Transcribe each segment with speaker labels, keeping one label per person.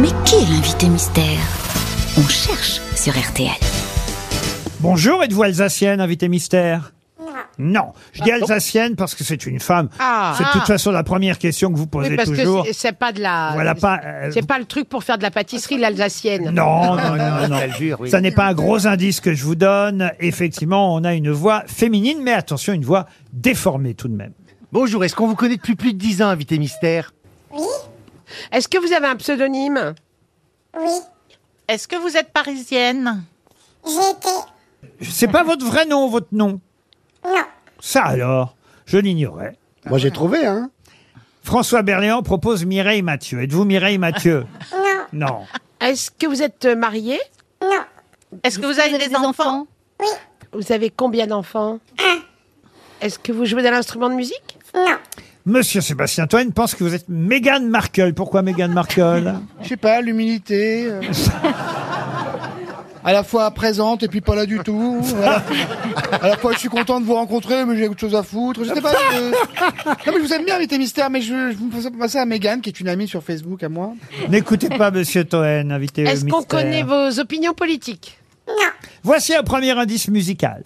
Speaker 1: Mais qui est l'invité mystère On cherche sur RTL.
Speaker 2: Bonjour, êtes-vous alsacienne, invité mystère non, je dis alsacienne parce que c'est une femme.
Speaker 3: Ah.
Speaker 2: c'est de toute façon la première question que vous posez
Speaker 3: Oui, parce
Speaker 2: toujours.
Speaker 3: que c'est- c'est pas de la.
Speaker 2: Voilà pas, euh,
Speaker 3: c'est pas le truc pour faire de la pâtisserie l'alsacienne.
Speaker 2: Non, non, non, non. Ça n'est pas un gros indice que je vous donne. Effectivement, on a une voix féminine, mais attention, une voix déformée tout de même.
Speaker 4: Bonjour, est-ce qu'on vous connaît depuis plus de 10 ans, invité mystère
Speaker 3: Est-ce que vous avez un pseudonyme
Speaker 5: Oui,
Speaker 6: Est-ce que vous êtes parisienne
Speaker 5: j'ai été.
Speaker 2: C'est pas votre vrai nom, votre nom.
Speaker 5: Non,
Speaker 2: Ça alors, je l'ignorais.
Speaker 7: Moi j'ai trouvé, hein.
Speaker 2: François Berléand propose Mireille Mathieu. Êtes-vous Mireille Mathieu
Speaker 5: non,
Speaker 2: Non.
Speaker 3: Est-ce que vous êtes euh, marié
Speaker 5: non.
Speaker 6: Est-ce que vous avez des, enfants,
Speaker 3: Vous avez combien d'enfants Est-ce que vous jouez d'un instrument de musique
Speaker 2: Monsieur Sébastien Toen pense que vous êtes Meghan Markle. Pourquoi Meghan Markle
Speaker 7: Je sais pas, l'humilité. euh, à la fois présente et puis pas là du tout. Voilà. À la fois je suis content de vous rencontrer, mais j'ai autre chose à foutre. Je sais pas. je- Non mais je vous aime bien, invité mystère, mais je, je vous fais passer à Megan, qui est une amie sur Facebook à moi.
Speaker 2: N'écoutez pas Monsieur Toen, invité
Speaker 3: Est-ce qu'on
Speaker 2: mystère.
Speaker 3: connaît vos opinions politiques
Speaker 2: Voici un premier indice musical.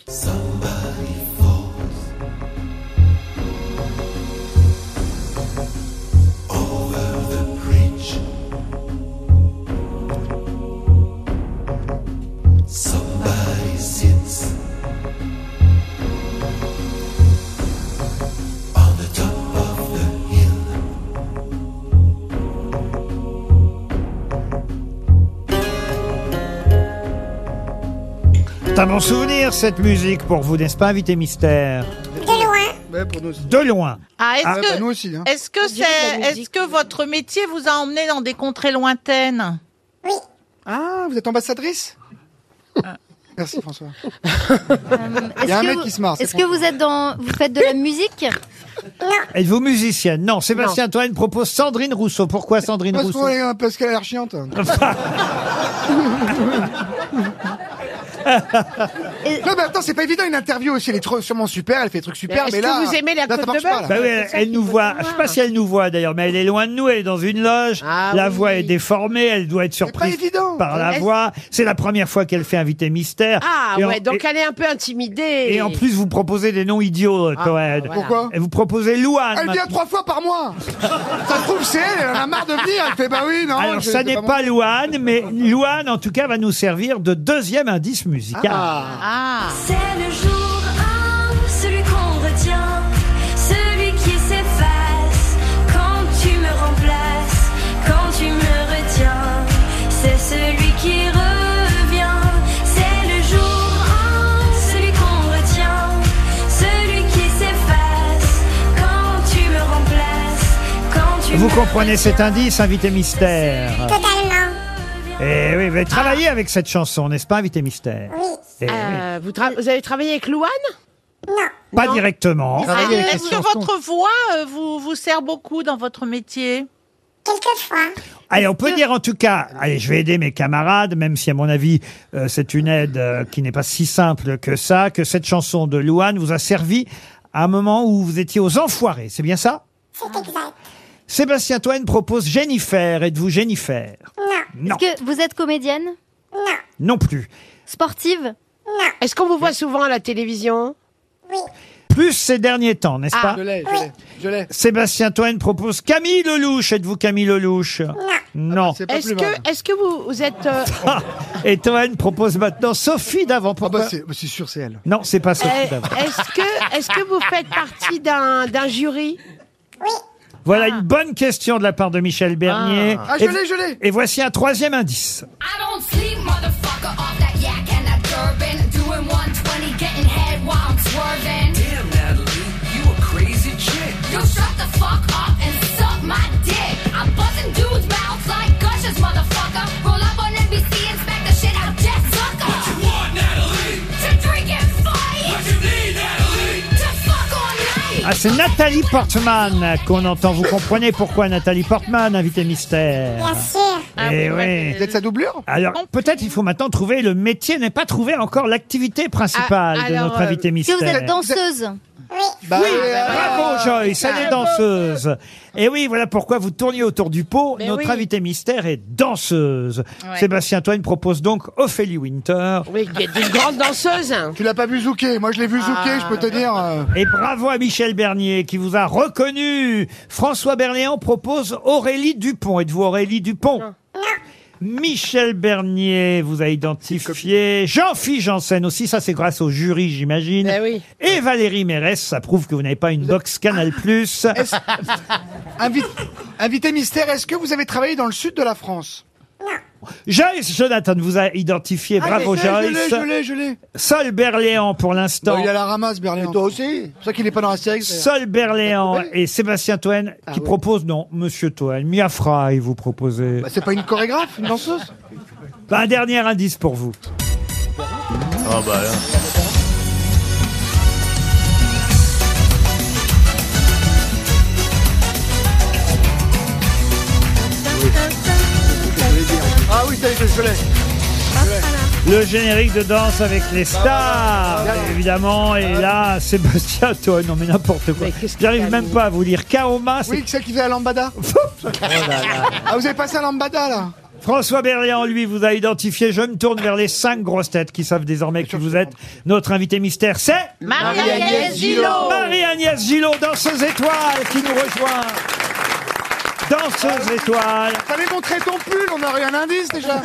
Speaker 2: C'est un bon souvenir cette musique pour vous, n'est-ce pas, invité mystère
Speaker 5: De loin,
Speaker 7: Ouais, pour nous aussi.
Speaker 2: De loin.
Speaker 6: Ah, est-ce
Speaker 2: Ah,
Speaker 7: Ouais,
Speaker 6: que,
Speaker 7: bah, nous aussi, hein.
Speaker 6: est-ce que
Speaker 3: dirait de la
Speaker 6: c'est, est-ce
Speaker 3: musique.
Speaker 6: que votre métier vous a emmené dans des contrées lointaines
Speaker 5: oui,
Speaker 7: Ah, vous êtes ambassadrice Merci François. Il y a un
Speaker 8: Est-ce que
Speaker 7: mec
Speaker 8: vous-
Speaker 7: qui se marre. c'est
Speaker 8: Est-ce que vous êtes dans, vous faites de la musique
Speaker 2: Êtes-vous musicienne Non, Sébastien Toen propose Sandrine Rousseau. Pourquoi Sandrine
Speaker 7: Parce
Speaker 2: Rousseau
Speaker 7: qu'on est- parce qu'elle a l'air chiante. Non, mais attends, c'est pas évident une interview aussi. Elle est trop- sûrement super, elle fait des trucs
Speaker 3: Mais
Speaker 7: super,
Speaker 3: Bah, est-ce
Speaker 7: mais là.
Speaker 3: que vous aimez la
Speaker 7: là, ça
Speaker 3: Côte
Speaker 7: marche
Speaker 3: de
Speaker 7: pas,
Speaker 3: Beurre
Speaker 7: là.
Speaker 2: Bah oui, elle,
Speaker 3: C'est ça
Speaker 2: elle
Speaker 3: qu'il
Speaker 2: nous
Speaker 3: faut
Speaker 2: voit.
Speaker 3: savoir.
Speaker 2: Je sais pas si elle nous voit d'ailleurs, mais elle est loin de nous. Elle est dans une loge.
Speaker 3: Ah
Speaker 2: la
Speaker 3: oui.
Speaker 2: voix est déformée. Elle doit être
Speaker 7: pas
Speaker 2: surprise
Speaker 7: évident.
Speaker 2: Bah, par la
Speaker 3: Est-ce-
Speaker 2: voix. C'est la première fois qu'elle fait inviter mystère.
Speaker 3: Ah
Speaker 2: Et en-
Speaker 3: ouais, donc
Speaker 2: et-
Speaker 3: elle est un peu intimidée.
Speaker 2: et, en plus, vous proposez des noms idiots,
Speaker 3: Ah,
Speaker 2: Toen.
Speaker 3: voilà.
Speaker 7: Pourquoi
Speaker 2: Et vous proposez Louane.
Speaker 7: Elle vient
Speaker 2: maintenant.
Speaker 7: trois fois par mois. ça se trouve, c'est elle, elle en a marre de venir. Elle fait, bah oui, non.
Speaker 2: Alors,
Speaker 7: je-
Speaker 2: ça
Speaker 7: c'est
Speaker 2: n'est
Speaker 7: mon-
Speaker 2: pas Louane, mais Louane, en tout cas, va nous servir de deuxième indice musical.
Speaker 6: Ah,
Speaker 9: C'est le jour 1, celui qu'on retient, celui qui s'efface quand tu me remplaces, quand tu me retiens. C'est celui qui revient, c'est le jour 1, celui qu'on retient, celui qui s'efface quand tu me remplaces, quand tu
Speaker 2: Vous
Speaker 9: me
Speaker 2: comprenez cet
Speaker 9: retiens.
Speaker 2: indice, invité mystère
Speaker 5: totalement.
Speaker 2: Eh oui, vous avez travaillé avec cette chanson, n'est-ce pas, invité mystère
Speaker 5: Oui,
Speaker 2: Eh oui.
Speaker 3: Euh, vous, tra- vous avez travaillé avec Louane
Speaker 5: non,
Speaker 2: Pas
Speaker 3: non.
Speaker 2: directement.
Speaker 7: Travailler avec
Speaker 6: Ah, est-ce
Speaker 7: les
Speaker 6: que
Speaker 7: chansons.
Speaker 6: votre voix euh, vous, vous sert beaucoup dans votre métier
Speaker 5: quelquefois.
Speaker 2: Allez, on peut dire en tout cas, allez, je vais aider mes camarades, même si à mon avis, euh, c'est une aide euh, qui n'est pas si simple que ça, que cette chanson de Louane vous a servi à un moment où vous étiez aux enfoirés, c'est bien ça
Speaker 5: C'est
Speaker 8: Ah.
Speaker 5: exact.
Speaker 2: Sébastien Toine propose Jennifer, êtes-vous Jennifer
Speaker 5: Non,
Speaker 2: Non,
Speaker 8: Est-ce que vous êtes comédienne
Speaker 5: non,
Speaker 2: non plus.
Speaker 8: Sportive
Speaker 5: non,
Speaker 3: Est-ce qu'on vous voit souvent à la télévision
Speaker 5: oui,
Speaker 2: Plus ces derniers temps, n'est-ce
Speaker 3: Ah.
Speaker 2: pas
Speaker 7: Je l'ai, je l'ai. Je l'ai.
Speaker 2: Sébastien Toine propose Camille Lelouch, êtes-vous Camille Lelouch
Speaker 5: non,
Speaker 2: Non.
Speaker 7: Ah bah, C'est pas
Speaker 3: Est-ce
Speaker 7: plus mal.
Speaker 3: que, est-ce que vous, vous êtes... euh,
Speaker 2: Ah, et Toen propose maintenant Sophie d'avant.
Speaker 7: Ah
Speaker 2: Pourquoi
Speaker 7: bah c'est Eh. bah, c'est sûr, c'est elle.
Speaker 2: Non, c'est pas
Speaker 3: euh,
Speaker 2: Sophie d'avant.
Speaker 3: est-ce que, est-ce que vous faites partie d'un, d'un jury
Speaker 5: oui,
Speaker 2: Voilà une bonne question de la part de Michel Bernier.
Speaker 7: Ah, je
Speaker 2: et,
Speaker 7: l'ai, je l'ai.
Speaker 2: et voici un troisième indice.
Speaker 9: I don't sleep, motherfucker, off that yak and that Durban. Doing 120, getting head while I'm swerving.
Speaker 10: Damn, Natalie, you a crazy chick.
Speaker 9: You shut the fuck up and suck my dick. I'm busting dudes' mouths like gushers, motherfucker. Roll up on NBC and smack the shit out Jet Sucker.
Speaker 10: What you want, Natalie?
Speaker 9: To drink and
Speaker 10: What
Speaker 9: fight.
Speaker 10: you need, Natalie?
Speaker 9: To fuck all night.
Speaker 2: Ah, c'est Nathalie Portman qu'on entend. Vous comprenez pourquoi Nathalie Portman, invité mystère
Speaker 5: bien sûr.
Speaker 6: Ah
Speaker 2: Eh
Speaker 6: oui, ouais,
Speaker 2: oui.
Speaker 7: Vous êtes sa doublure
Speaker 2: Alors, peut-être il faut maintenant trouver le métier, n'est pas trouvé encore l'activité principale
Speaker 3: Ah,
Speaker 2: de
Speaker 3: alors,
Speaker 2: notre
Speaker 3: euh,
Speaker 2: invité
Speaker 8: Est-ce que
Speaker 2: mystère.
Speaker 8: vous êtes danseuse
Speaker 5: oui.
Speaker 7: Bah,
Speaker 2: Oui,
Speaker 7: allez,
Speaker 2: bravo Joyce, elle est danseuse. Et oui, voilà pourquoi vous tourniez autour du pot.
Speaker 6: Mais
Speaker 2: Notre
Speaker 6: oui.
Speaker 2: invité mystère est danseuse.
Speaker 6: Ouais.
Speaker 2: Sébastien Toine propose donc Ophélie Winter.
Speaker 3: Oui, qui est une grande danseuse. hein.
Speaker 7: Tu l'as pas vu zouker, moi je l'ai vu zouker, je
Speaker 2: Ah.
Speaker 7: peux te dire. euh,
Speaker 2: Et bravo à Michel Bernier qui vous a reconnu. François Berléand propose Aurélie Dupont. Êtes-vous Aurélie Dupont Michel Bernier vous a identifié. Jean-Philippe Janssen aussi, ça c'est grâce au jury, j'imagine.
Speaker 3: Ben oui.
Speaker 2: Et Valérie Mérès, ça prouve que vous n'avez pas une box Canal+.
Speaker 7: invi- invité mystère, est-ce que vous avez travaillé dans le sud de la France
Speaker 2: Joyce Jonathan vous a identifié. Bravo
Speaker 7: Ah, Je l'ai,
Speaker 2: Joyce.
Speaker 7: Je l'ai, je l'ai, je l'ai.
Speaker 2: Seul Berléand pour
Speaker 7: Bah,
Speaker 2: l'instant.
Speaker 7: il a la ramasse, Berlin. Toi aussi C'est pour ça qu'il est pas dans la série.
Speaker 2: Seul Berléand et Sébastien Toen qui
Speaker 7: Ah, oui.
Speaker 2: proposent, non, Monsieur Toen, Mia Fry vous proposez.
Speaker 7: Bah, c'est pas une chorégraphe, une danseuse
Speaker 2: Bah, un dernier indice pour vous.
Speaker 7: Ah oui, ça y est, je l'ai.
Speaker 2: Le générique de danse avec les
Speaker 7: Bah,
Speaker 2: stars, évidemment. Et là, Sébastien Toen, non mais n'importe quoi.
Speaker 3: Mais qu'est-ce qu'il
Speaker 2: J'arrive
Speaker 3: a
Speaker 2: même
Speaker 3: mis
Speaker 2: pas à vous lire. Kaoma, c'est
Speaker 7: Oui, celle qui faisait la lambada. Oh ah, vous avez passé la lambada, là
Speaker 2: François Berléand, lui, vous a identifié. Je me tourne vers les cinq grosses têtes qui savent désormais qui vous êtes. Notre invité mystère, c'est
Speaker 6: Marie-Agnès Gillot
Speaker 2: Marie-Agnès Gillot, danseuse étoile, qui nous rejoint. Danseuse étoile.
Speaker 7: T'avais montré ton pull, on aurait eu un indice, déjà.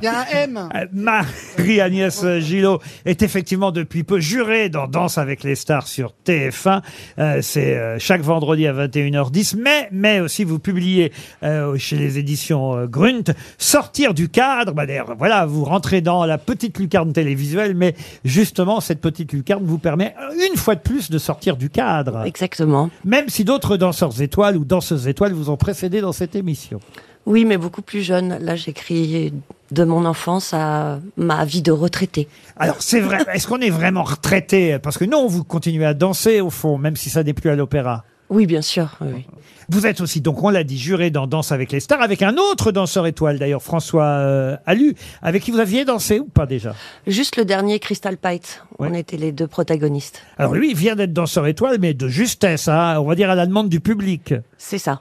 Speaker 7: Il y a un M.
Speaker 2: Euh, Marie-Agnès Gillot est effectivement depuis peu jurée dans Danse avec les stars sur TF1. Euh, c'est euh, chaque vendredi à 21h10. Mais, mais aussi, vous publiez euh, chez les éditions euh, Grunt Sortir du cadre. Bah, d'ailleurs, voilà, vous rentrez dans la petite lucarne télévisuelle, mais justement, cette petite lucarne vous permet euh, une fois de plus de sortir du cadre.
Speaker 11: Exactement.
Speaker 2: Même si d'autres danseurs étoiles ou danseuses étoiles vous ont précédé dans cette émission.
Speaker 11: Oui, mais beaucoup plus jeune. Là, j'écris de mon enfance à ma vie de retraitée.
Speaker 2: Alors c'est vrai, est-ce qu'on est vraiment retraité Parce que non, vous continuez à danser au fond, même si ça n'est plus à l'opéra.
Speaker 11: Oui, bien sûr. oui.
Speaker 2: Vous êtes aussi, donc on l'a dit, juré dans Danse avec les stars, avec un autre danseur étoile d'ailleurs, François euh, Allu, avec qui vous aviez dansé ou pas déjà
Speaker 11: Juste le dernier, Crystal Pite. On était les deux protagonistes.
Speaker 2: Alors lui, il vient d'être danseur étoile, mais de justesse, hein, on va dire à la demande du public.
Speaker 11: C'est ça.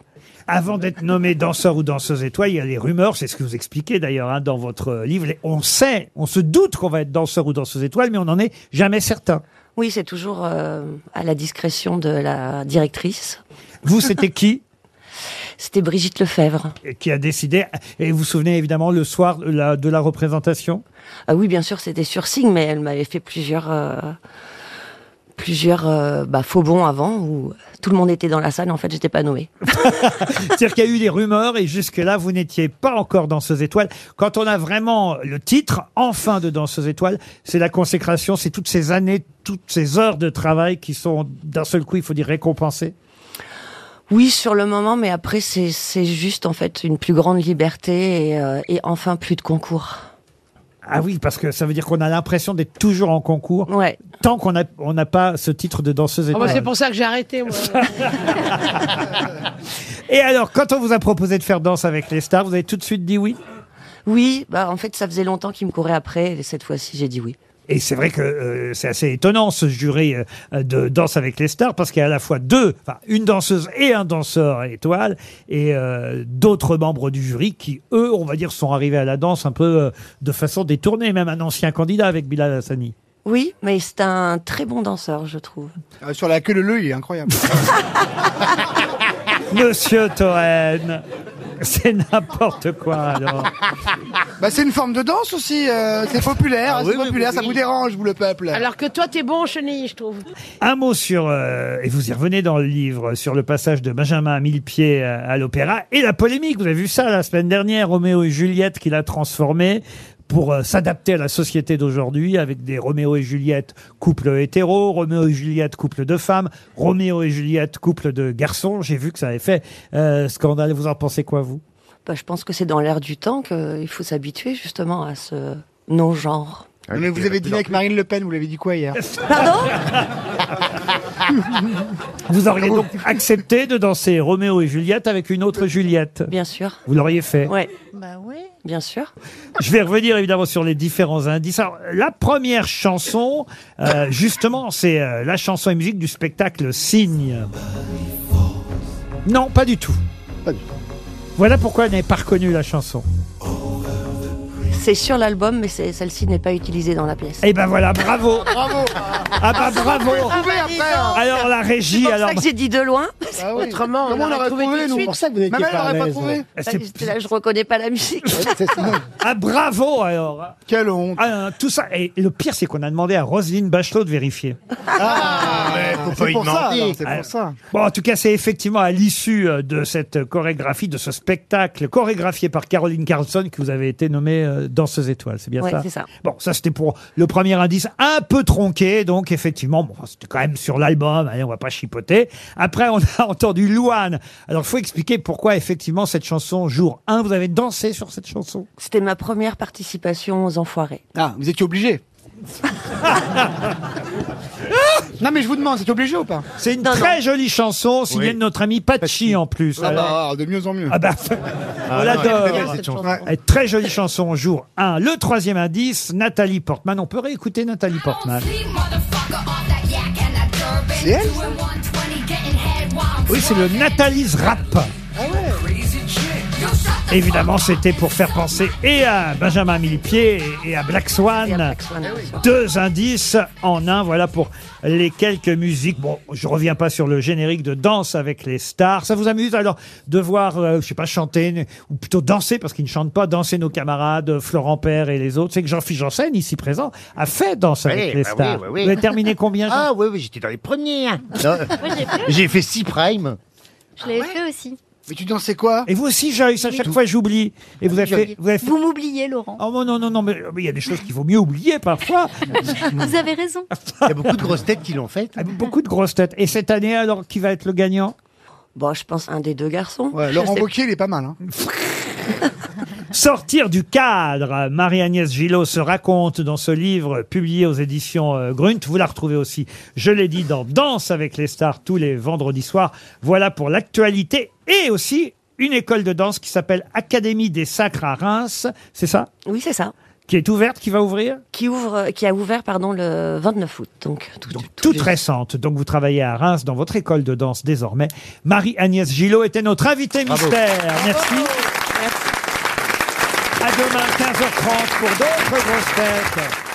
Speaker 2: Avant d'être nommé danseur ou danseuse étoile, il y a les rumeurs, c'est ce que vous expliquez d'ailleurs hein, dans votre euh, livre. Les- On sait, on se doute qu'on va être danseur ou danseuse étoile, mais on n'en est jamais certain.
Speaker 11: Oui, c'est toujours euh, à la discrétion de la directrice.
Speaker 2: Vous, c'était qui
Speaker 11: C'était Brigitte Lefebvre.
Speaker 2: et qui a décidé, et vous vous souvenez évidemment le soir de la, de la représentation
Speaker 11: Ah oui, bien sûr, c'était sur signe, mais elle m'avait fait plusieurs, euh, plusieurs euh, bah, faux bons avant où tout le monde était dans la salle. En fait, j'étais pas nommée.
Speaker 2: C'est-à-dire qu'il y a eu des rumeurs et jusque-là, vous n'étiez pas encore danseuse étoile. Quand on a vraiment le titre, enfin de danseuse étoile, c'est la consécration, c'est toutes ces années, toutes ces heures de travail qui sont d'un seul coup, il faut dire, récompensées.
Speaker 11: Oui, sur le moment, mais après, c'est c'est juste en fait une plus grande liberté et, euh, et enfin plus de concours.
Speaker 2: Ah oui, parce que ça veut dire qu'on a l'impression d'être toujours en concours
Speaker 11: Ouais.
Speaker 2: tant qu'on a- on n'a pas ce titre de danseuse
Speaker 3: Oh,
Speaker 2: étoile.
Speaker 3: bah, c'est pour ça que j'ai arrêté, moi.
Speaker 2: Et alors, quand on vous a proposé de faire danse avec les stars, vous avez tout de suite dit oui
Speaker 11: Oui, bah en fait, ça faisait longtemps qu'il me courait après, et cette fois-ci, j'ai dit oui.
Speaker 2: Et c'est vrai que euh, c'est assez étonnant ce jury euh, de danse avec les stars parce qu'il y a à la fois deux, enfin une danseuse et un danseur étoile et euh, d'autres membres du jury qui eux, on va dire, sont arrivés à la danse un peu euh, de façon détournée, même un ancien candidat avec Bilal Hassani.
Speaker 11: Oui, mais c'est un très bon danseur, je trouve.
Speaker 7: Euh, sur la queue le leu, il est incroyable.
Speaker 2: Monsieur Toen, c'est n'importe quoi alors.
Speaker 7: bah, c'est une forme de danse aussi, euh, c'est populaire, c'est populaire, ça vous dérange, vous le peuple.
Speaker 3: Alors que toi, t'es bon en chenille, je trouve.
Speaker 2: Un mot sur, euh, et vous y revenez dans le livre, sur le passage de Benjamin à Millepied à, à l'opéra et la polémique. Vous avez vu ça la semaine dernière, Roméo et Juliette qui l'a transformé pour euh, s'adapter à la société d'aujourd'hui avec des Roméo et Juliette couple hétéro, Roméo et Juliette couple de femmes, Roméo et Juliette couple de garçons. J'ai vu que ça avait fait euh, scandale. Vous en pensez quoi, vous
Speaker 11: Bah, je pense que c'est dans l'air du temps qu'il faut s'habituer justement à ce non-genre.
Speaker 7: Mais vous avez dîné avec Marine Le Pen, vous l'avez dit quoi hier
Speaker 11: Pardon
Speaker 2: Vous auriez donc accepté de danser Roméo et Juliette avec une autre Juliette
Speaker 11: Bien sûr.
Speaker 2: Vous l'auriez fait
Speaker 11: Ouais.
Speaker 6: Bah oui.
Speaker 11: Bien sûr.
Speaker 2: Je vais revenir évidemment sur les différents indices. Alors, la première chanson, euh, justement, c'est euh, la chanson et musique du spectacle Signe. Non, pas du tout.
Speaker 7: Pas du tout.
Speaker 2: Voilà pourquoi elle n'est pas reconnue la chanson.
Speaker 11: C'est sur l'album, mais c'est- celle-ci n'est pas utilisée dans la pièce.
Speaker 2: Eh ben voilà, bravo.
Speaker 7: Bravo
Speaker 2: Ah bah bravo.
Speaker 7: Trouvez après hein.
Speaker 2: Alors la régie,
Speaker 11: C'est pour
Speaker 2: alors
Speaker 11: ça que j'ai dit de loin.
Speaker 7: Ah oui.
Speaker 3: Autrement, on
Speaker 7: Comment
Speaker 3: l'aurait trouvé tout de
Speaker 7: nous
Speaker 3: suite.
Speaker 7: pour ça que vous n'étiez pas
Speaker 4: à
Speaker 7: pas
Speaker 4: l'aise.
Speaker 7: trouvé.
Speaker 2: Ah, c'est-
Speaker 11: J'étais là, je reconnais pas la musique.
Speaker 7: C'est ça.
Speaker 2: ah bravo alors.
Speaker 7: Quelle honte
Speaker 2: Ah, tout ça et le pire c'est qu'on a demandé à Roselyne Bachelot de vérifier.
Speaker 4: faut pas
Speaker 7: Ah, C'est
Speaker 4: y
Speaker 7: pour ça,
Speaker 4: demander.
Speaker 7: alors, c'est pour ça.
Speaker 2: Bon, en tout cas, c'est effectivement à l'issue euh, de cette chorégraphie, de ce spectacle chorégraphié par Caroline Carlson que vous avez été nommée euh, danseuse étoile. C'est bien
Speaker 11: Ouais,
Speaker 2: ça
Speaker 11: c'est ça.
Speaker 2: Bon, ça c'était pour le premier indice un peu tronqué, donc effectivement, bon, c'était quand même sur l'album, allez, on va pas chipoter. Après, on a entendu Louane. Alors, il faut expliquer pourquoi effectivement cette chanson, jour 1, vous avez dansé sur cette chanson.
Speaker 11: C'était ma première participation aux Enfoirés.
Speaker 4: Ah, vous étiez obligé.
Speaker 7: Non mais je vous demande, c'est obligé ou pas
Speaker 2: C'est une
Speaker 11: Non, non.
Speaker 2: très jolie chanson, signée
Speaker 4: Oui.
Speaker 2: de notre ami Pachi en plus.
Speaker 7: Ah
Speaker 2: Alors-
Speaker 7: bah, de mieux en mieux.
Speaker 2: Ah bah, on l'adore.
Speaker 3: Ah,
Speaker 7: Ouais.
Speaker 2: Eh, Très jolie chanson, jour 1. Le troisième indice, Nathalie Portman. On peut réécouter Nathalie Portman.
Speaker 7: C'est elle
Speaker 2: Oui, c'est le Nathalie's Rap.
Speaker 10: Crazy chick.
Speaker 2: Évidemment, c'était pour faire penser et à Benjamin Millepied et à Black
Speaker 11: Et
Speaker 2: Swan.
Speaker 11: après que ce soit annoncé.
Speaker 2: Deux indices en un, voilà pour les quelques musiques. Bon, je reviens pas sur le générique de Danse avec les stars. Ça vous amuse alors de voir, euh, je sais pas, chanter, n- ou plutôt danser, parce qu'ils ne chantent pas, danser nos camarades, euh, Florent Père et les autres. C'est que Jean-Philippe Janssen, ici présent, a fait Danse avec les
Speaker 4: bah oui,
Speaker 2: stars.
Speaker 4: bah oui.
Speaker 2: Vous avez terminé combien Jean-
Speaker 4: Ah oui, oui, j'étais dans les premiers. hein. Non, j'ai fait 6 primes.
Speaker 8: Je l'ai fait aussi.
Speaker 7: Mais tu dansais quoi
Speaker 2: Et vous aussi, Joyce, à chaque fois j'oublie. Et vous avez fait. Vous avez fait...
Speaker 8: Vous m'oubliez, Laurent.
Speaker 2: Oh non, non, non, non, mais mais il y a des choses qu'il vaut mieux oublier parfois. Oh.
Speaker 8: Vous avez raison.
Speaker 4: Il y a beaucoup de grosses têtes qui l'ont fait.
Speaker 2: Ah, Beaucoup de grosses têtes. Et cette année, alors, qui va être le gagnant
Speaker 11: Bon, je pense un des deux garçons.
Speaker 7: Ouais, Laurent Wauquiez, il est pas mal. Hein.
Speaker 2: Sortir du cadre, Marie-Agnès Gillot se raconte dans ce livre publié aux éditions euh, Grunt. Vous la retrouvez aussi, je l'ai dit, dans Danse avec les stars tous les vendredis soirs. Voilà pour l'actualité et aussi une école de danse qui s'appelle Académie des Sacres à Reims, c'est ça
Speaker 11: Oui, c'est ça.
Speaker 2: Qui est ouverte, qui va ouvrir
Speaker 11: Qui ouvre, qui a ouvert, pardon, le 29 août. Donc, tout,
Speaker 2: Donc,
Speaker 11: tout-
Speaker 2: toute récente. Donc vous travaillez à Reims dans votre école de danse désormais. Marie-Agnès Gillot était notre invitée mystère. Merci. À demain 15h30 pour d'autres grosses têtes.